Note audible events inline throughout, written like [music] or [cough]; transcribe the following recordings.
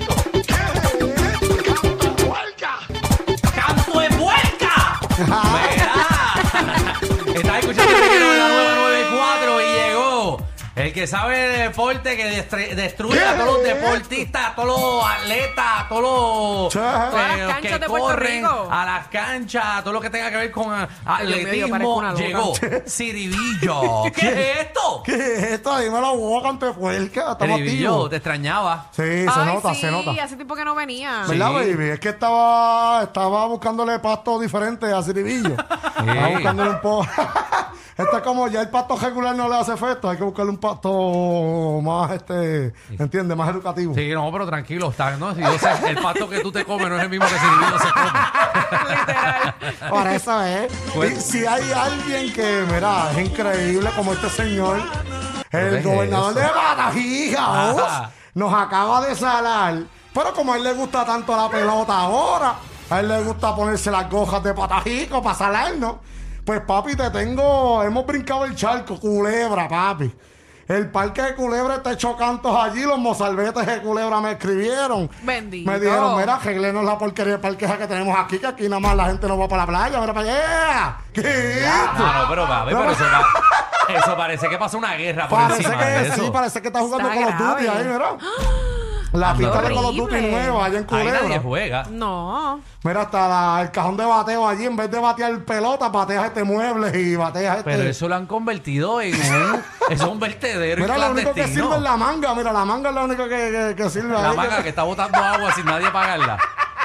[laughs] El que sabe de deporte que destre- destruye a todos los deportistas, a todos los atletas, a todos los, eh, Ajá. Todas las los canchas que de Puerto corren, Rico. a las canchas, a todo lo que tenga que ver con a- mío, yo parezco atletismo, una loca. llegó. Ciribillo. ¿Qué es esto? ¿Qué es esto? Dime la boca, ante puerca. Estamos Ciribillo, activos. te extrañaba. Sí, se Ay, nota, sí, se nota. hace tiempo que no venía. Sí. ¿Verdad, baby? Es que estaba, estaba buscándole pasto diferente a Ciribillo. Estaba buscándole un poco. [laughs] Esto es como ya el pasto regular no le hace efecto. Hay que buscarle un pasto más, este, ¿entiendes? Más educativo. Sí, no, pero tranquilo, está, ¿no? Si yo sé, el pasto que tú te comes no es el mismo que Ciribillo se come. Literal. [laughs] Por eso es. Pues- Y si hay alguien que, mira, es increíble como este señor, ¿Pero qué el es gobernador eso? de Batajija, Ajá. us, nos acaba de salar. Pero como a él le gusta tanto la pelota ahora, a él le gusta ponerse las gojas de patajico para salarnos. Pues papi, te tengo, hemos brincado el charco, culebra, papi. El parque de culebra está hecho cantos allí, los mozalbetes de culebra me escribieron. Bendito. Me dijeron, mira, arreglenos la porquería de parque esa que tenemos aquí, que aquí nada más la gente no va para la playa, mira para allá. ¿Qué es esto? Ah, No, no, pero papi, pero eso, pa- eso parece que pasa una guerra por Parece encima de que eso. sí, parece que está jugando Está con los grave. Duty ahí, [gasps] mira. La pista de Call of Duty horrible. nueva allá en Ahí nadie Culebra. juega. No. Mira, hasta la- el cajón de bateo allí, en vez de batear pelota, bateas este mueble y bateas este. Pero eso lo han convertido en un, eso [laughs] es un vertedero mira, y lo único que sirve es clandestino. la manga, mira, la manga es la única que, que- que sirve La ahí, maga que- que está botando agua sin nadie pagarla.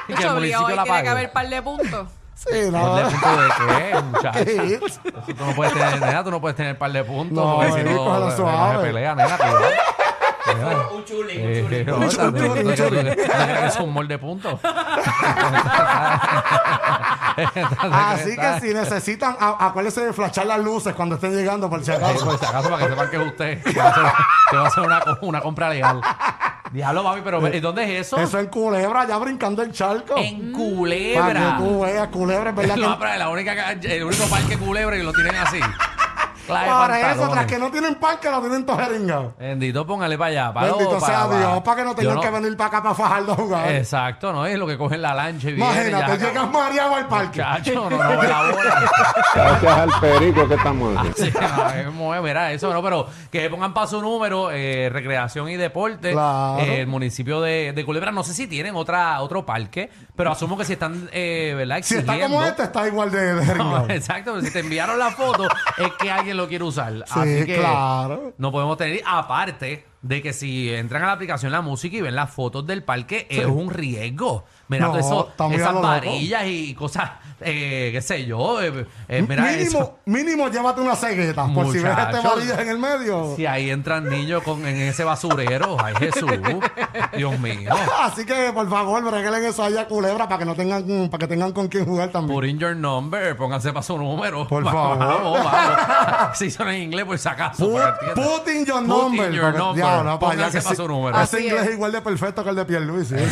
Y que el Mucho lío, municipio hoy la tiene que pague. haber par de puntos. Sí, ¿Par de no. [laughs] puntos de qué, [laughs] muchacho? ¿Qué? Eso tú no puedes tener, nena, tú no puedes tener par de puntos. No, porque si sí, no, pues, cógelo no se suave. pelea, nena, cuidado. Cuidado. Un chuli, Eh, un chuli. no, Un también, chuli, un no, chuli. no, no, no, Es un mol de puntos. [laughs] Así que si necesitan, a- acuérdense de flashar las luces cuando estén llegando, por si Ay, acaso. eh, Por si acaso, para que sepan que es usted. Que va a hacer, que va a hacer una, co- una compra legal. Diablo, papi, pero ¿y dónde es eso? Eso en Culebra, ya brincando el charco. En Para Culebra. que tú veas, Culebra, es verdad [laughs] Es que... la, la única, ca- el único parque Culebra y lo tienen así. Clave Para eso, pantalones. tras que no tienen parque, lo tienen todo jeringado. Bendito, póngale para allá. Para Bendito para, sea para- Dios, para que no Yo tengan que venir para acá para Fajardo a jugar. Exacto, ¿no? Es lo que cogen la lancha y vienen. Imagínate, ya- llegas mareado al parque. Chacho, no, no ve la bola. Ah, Gracias al perico que estamos aquí. Sí, no, es muy- mira, eso no, pero que se pongan para su número, eh, recreación y deporte, Claro. eh, el municipio de, de Culebra, no sé si tienen otra otro parque, pero asumo que si están, eh, ¿verdad? Si Exigiendo, está como este, está igual de, de No, jeringado. [laughs] exacto, pero si te enviaron la foto es que alguien lo quiere usar. Sí, Así que claro. no podemos tener, aparte de que si entran a la aplicación la música y ven las fotos del parque, es un riesgo. Mira, No, todo eso, está muy a esas lo loco. varillas y cosas, eh, qué sé yo, eh, eh, mira eso. mínimo, mínimo, llévate una cegueta. Por si ves este Muchachos. varilla en el medio. [laughs] Si ahí entran niños con, en ese basurero, ay Jesús, Dios mío. Así que, por favor, breguen eso allá a Culebra para que no tengan, para que tengan con quién jugar también. Put in your number, pónganse para su número. Por Vamos, favor. vamos. [laughs] Si son en inglés, pues sacazo. para que entiendan. Putin your Put in number. your porque- number. Ya, no, para allá Pónganse que para sí. su número. Hace Así inglés es. igual de perfecto que el de Pierluisi. ¿eh?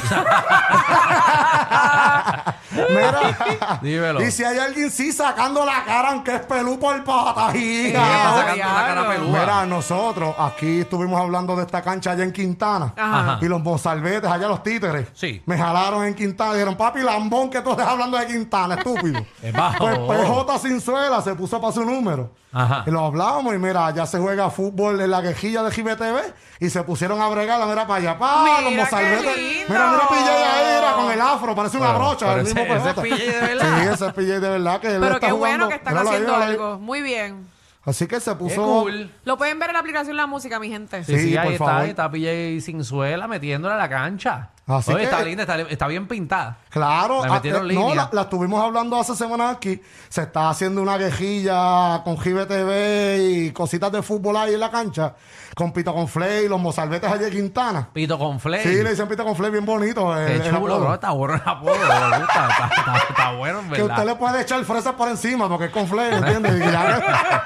Mira, [laughs] Dímelo. y si hay alguien sí sacando la cara, aunque es pelú por Está patajilla. pasa? sacando la cara diablo. peluda. Mira, nosotros aquí estuvimos hablando de esta cancha allá en Quintana. Ajá. Y los mozalbetes, allá los títeres. Sí. Me jalaron en Quintana. Dijeron, papi, lambón, que tú estás hablando de Quintana, estúpido. [laughs] Es bajo. Pues PJ Sinzuela se puso para su número. Ajá. Y lo hablábamos y mira, ya se juega fútbol en la quejilla de GBTV y se pusieron a bregarla, mira para allá, pa, Mira los qué mozalbetes. lindo. Mira, mira PJ ahí, mira, con el afro, parece una Pero- brocha. pero el ese- mismo ese PJ. PJ de verdad. Sí, ese es PJ de verdad que [laughs] él Pero está qué jugando. bueno que están Míralo ahí, haciendo míralo ahí. algo. Muy bien. Así que se Qué puso... cool. Lo pueden ver en la aplicación La Música, mi gente. Sí, Sí, sí, por ahí está, favor. Ah, ahí está PJ Sinzuela metiéndola a la cancha. Así Oye, que- Eh, está linda, está, está bien pintada. Claro, La metieron ah, eh, línea. no, la, la estuvimos hablando hace semanas aquí. Se está haciendo una quejilla con GBTV y cositas de fútbol ahí en la cancha. Con Pito con Flay, los mozalbetes allí de Quintana. Pito con flex. Sí, le dicen Pito con Flay bien bonito. el- Qué el chulo, apodo. bro. Está bueno el apodo, me gusta. Está, está- está bueno, en [laughs] Que verdad. usted le puede echar fresas por encima porque es con Flay, ¿entiendes? Y ya-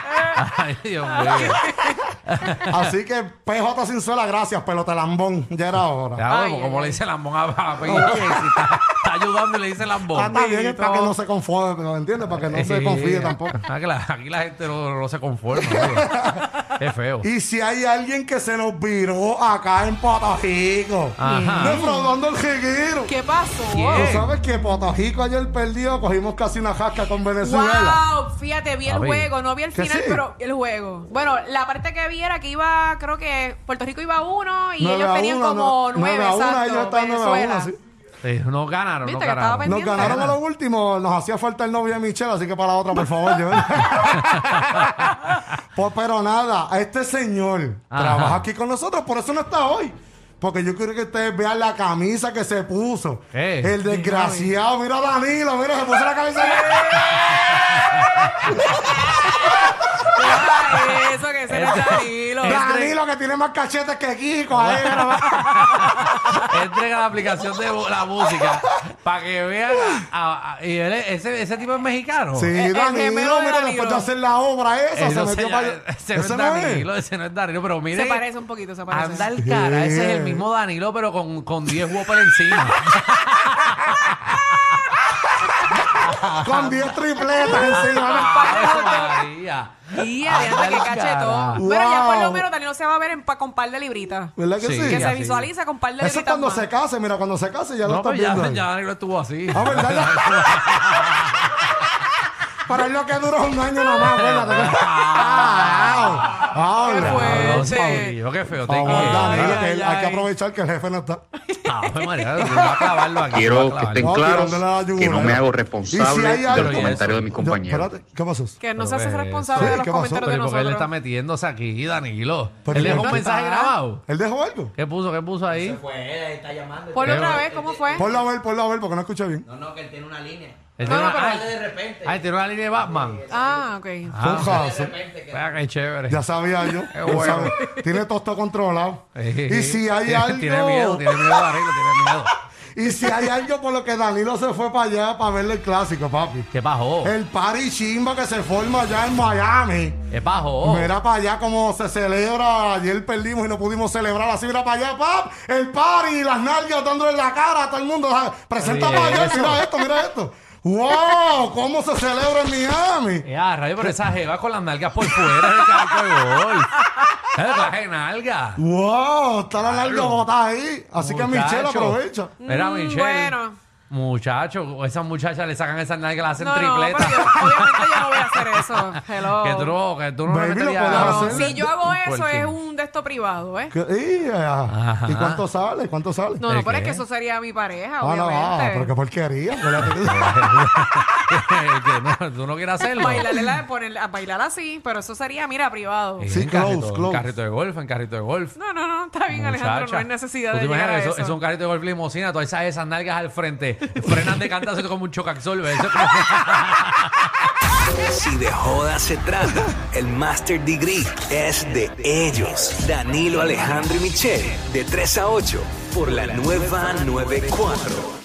[laughs] Ay, Dios mío. así que PJ Sinzuela, gracias, pelota lambón. Ya era hora. Claro, Ay, como, ay, como le ay. dice Lambón a, a Peña, si está, está ayudando y le dice Lambón. Anda bien es para que no se conforme, ¿entiendes? Para que no se Sí. [laughs] confíe tampoco. Ah, que la- Aquí la gente no, no se conforma. oye. Es feo. Y si hay alguien que se nos viró acá en Puerto Rico, Ajá. defraudando el jiguero. Ah. ¿Qué pasó? ¿Quién? ¿Tú sabes que Puerto Rico ayer perdido cogimos casi una jasca con Venezuela? Wow, fíjate, vi el Papi. juego, no vi el Que final, sí. pero el juego. Bueno, la parte que vi era que iba, creo que Puerto Rico iba a uno y Nueve ellos a tenían uno, como no- nueve, nueve a uno, exacto, ellos estaban nueve a uno, Venezuela. [laughs] sí. Eh, no ganaron, Viste no que ganaron. estaba Nos pendiente. ganaron a lo último, nos hacía falta el novio de Michelle, así que para la otra, por favor. Joel. [laughs] Pues, pero nada, a este señor Ajá. trabaja aquí con nosotros, por eso no está hoy. Porque yo quiero que ustedes vean la camisa que se puso. Eh. El desgraciado, mira a Danilo, mira, se puso la camisa. [laughs] Ah, Eso que se le Eso. da hilo. Eso. Danilo que tiene más cachetes que Kiko. [laughs] ahí, mira. Entrega la aplicación de bu- la música para que vean. a- a- y él es- ese, ese tipo es mexicano. Sí, Eh, el Danilo, gemelo de mira, Danilo. después de hacer la obra esa, Eso se metió se llama- para allá. ese no es Ese Danilo, ese no es Danilo, pero mire. Se parece un poquito, se parece. Anda el cara, ese es el mismo Danilo, pero con, con 10 Whopper encima. [laughs] [laughs] Con 10 tripletas [laughs] encima. ¡Ave María! Y adiante que Anda el cachetó. cara. Pero ya por lo Wow. menos Danilo se va a ver en, pa- con par de libritas. ¿Verdad que Sí, sí? que Que Ya, se sí. visualiza con par de Eso es libritas cuando más. se case, mira, cuando se case ya lo No, estás pues ya, viendo. ahí. ya Danilo estuvo así. [laughs] Ah, ¿verdad? Pero es lo que duró un año nomás, acuérdate. [laughs] Ah, ah, Qué Pues, ah, fuerte. Dios, Paulillo, qué feo. Por Te favor, Danilo, quiero. ay, ay, que hay que ay. aprovechar que el jefe no está. Ave María, va a clavarlo aquí. va a Quiero que clavarlo. estén No, claros tirándole la yugular. que no me hago Y si responsable hay algo- de los Pero y eso, comentarios de mis Yo- compañeros. espérate, ¿qué pasó? Que no se Pero hace ve responsable eso. de los Sí, ¿qué pasó? comentarios de Pero ¿y por qué él está nosotros. metiéndose aquí, Danilo? Pero él ¿y dejó un dónde mensaje está? grabado. ¿Él dejó algo? ¿Qué puso? ¿Qué puso ahí? Fue, eh, está llamando. Ponlo Pero- otra vez, ¿cómo fue? Ponlo a ver, ponlo a ver, porque no escuché bien. No, no, que él tiene una línea. Él No, tiene no, una- pero- Sale de repente. Ay, tiene una línea de Batman. Ah, ok. Fue un Ah, caso. De repente, que- vea qué chévere. Ya sabía yo. Qué Yo bueno. sabía. Tiene todo controlado. Y si [laughs] hay Tiene- algo. Tiene miedo, tiene miedo, Danilo, tiene miedo. Y si hay algo por lo que Danilo se fue para allá para verle el clásico, papi. ¿Qué bajó? El party chimba que se forma allá en Miami. ¿Qué bajó? Mira para allá como se celebra. Ayer perdimos y no pudimos celebrar. Así mira para allá, pap. El party y las nalgas dándole en la cara a todo el mundo. Ah, Presenta Sí, para allá. eso. Mira esto, mira esto. ¡Wow! ¿Cómo se celebra en Miami? Ya, Eh, ah, rayo, pero esa jeva con las nalgas por fuera es el campo de [laughs] gol. Es el traje de nalga. ¡Wow! Está la larga botada ahí. Así que Michelle Muchacho. aprovecha. Mira, Mm, Michelle. bueno. Muchacho, esas muchachas le sacan esas nalgas, las hacen No, no, pero tripletas. yo- obviamente yo no voy a hacer eso. [laughs] Hello. que tú no, que tú no Baby, le lo meterías- puedes No, hacer. si yo hago Un eso puerquín. es un de esto privado, ¿eh? ¿Qué- y, ah, Ajá. ¿Y cuánto sale? ¿Cuánto sale? No, no, ¿El pero es qué? que eso sería mi pareja, Ah, no, ah, pero qué obviamente. porquería. Espérate. [laughs] [laughs] que no, tú no quieres [laughs] hacerlo. Bailarle la- poner- a bailar así, pero eso sería, mira, privado. Sí, Sí, en carrito, close, en close. carrito de golf, en carrito de golf. No, no, no, está bien, Alejandro, no Muchacha. hay necesidad ¿Tú de te llegar imaginas a eso? eso. Es un carrito de golf limosina, todas esas, esas nalgas al frente, [laughs] frenan de cantazo como un chocaxolve. Eso es como- Si de joda se trata, el Master Degree es de ellos. Danilo Alejandro y Michelle, de 3 a 8, por la nueva 94.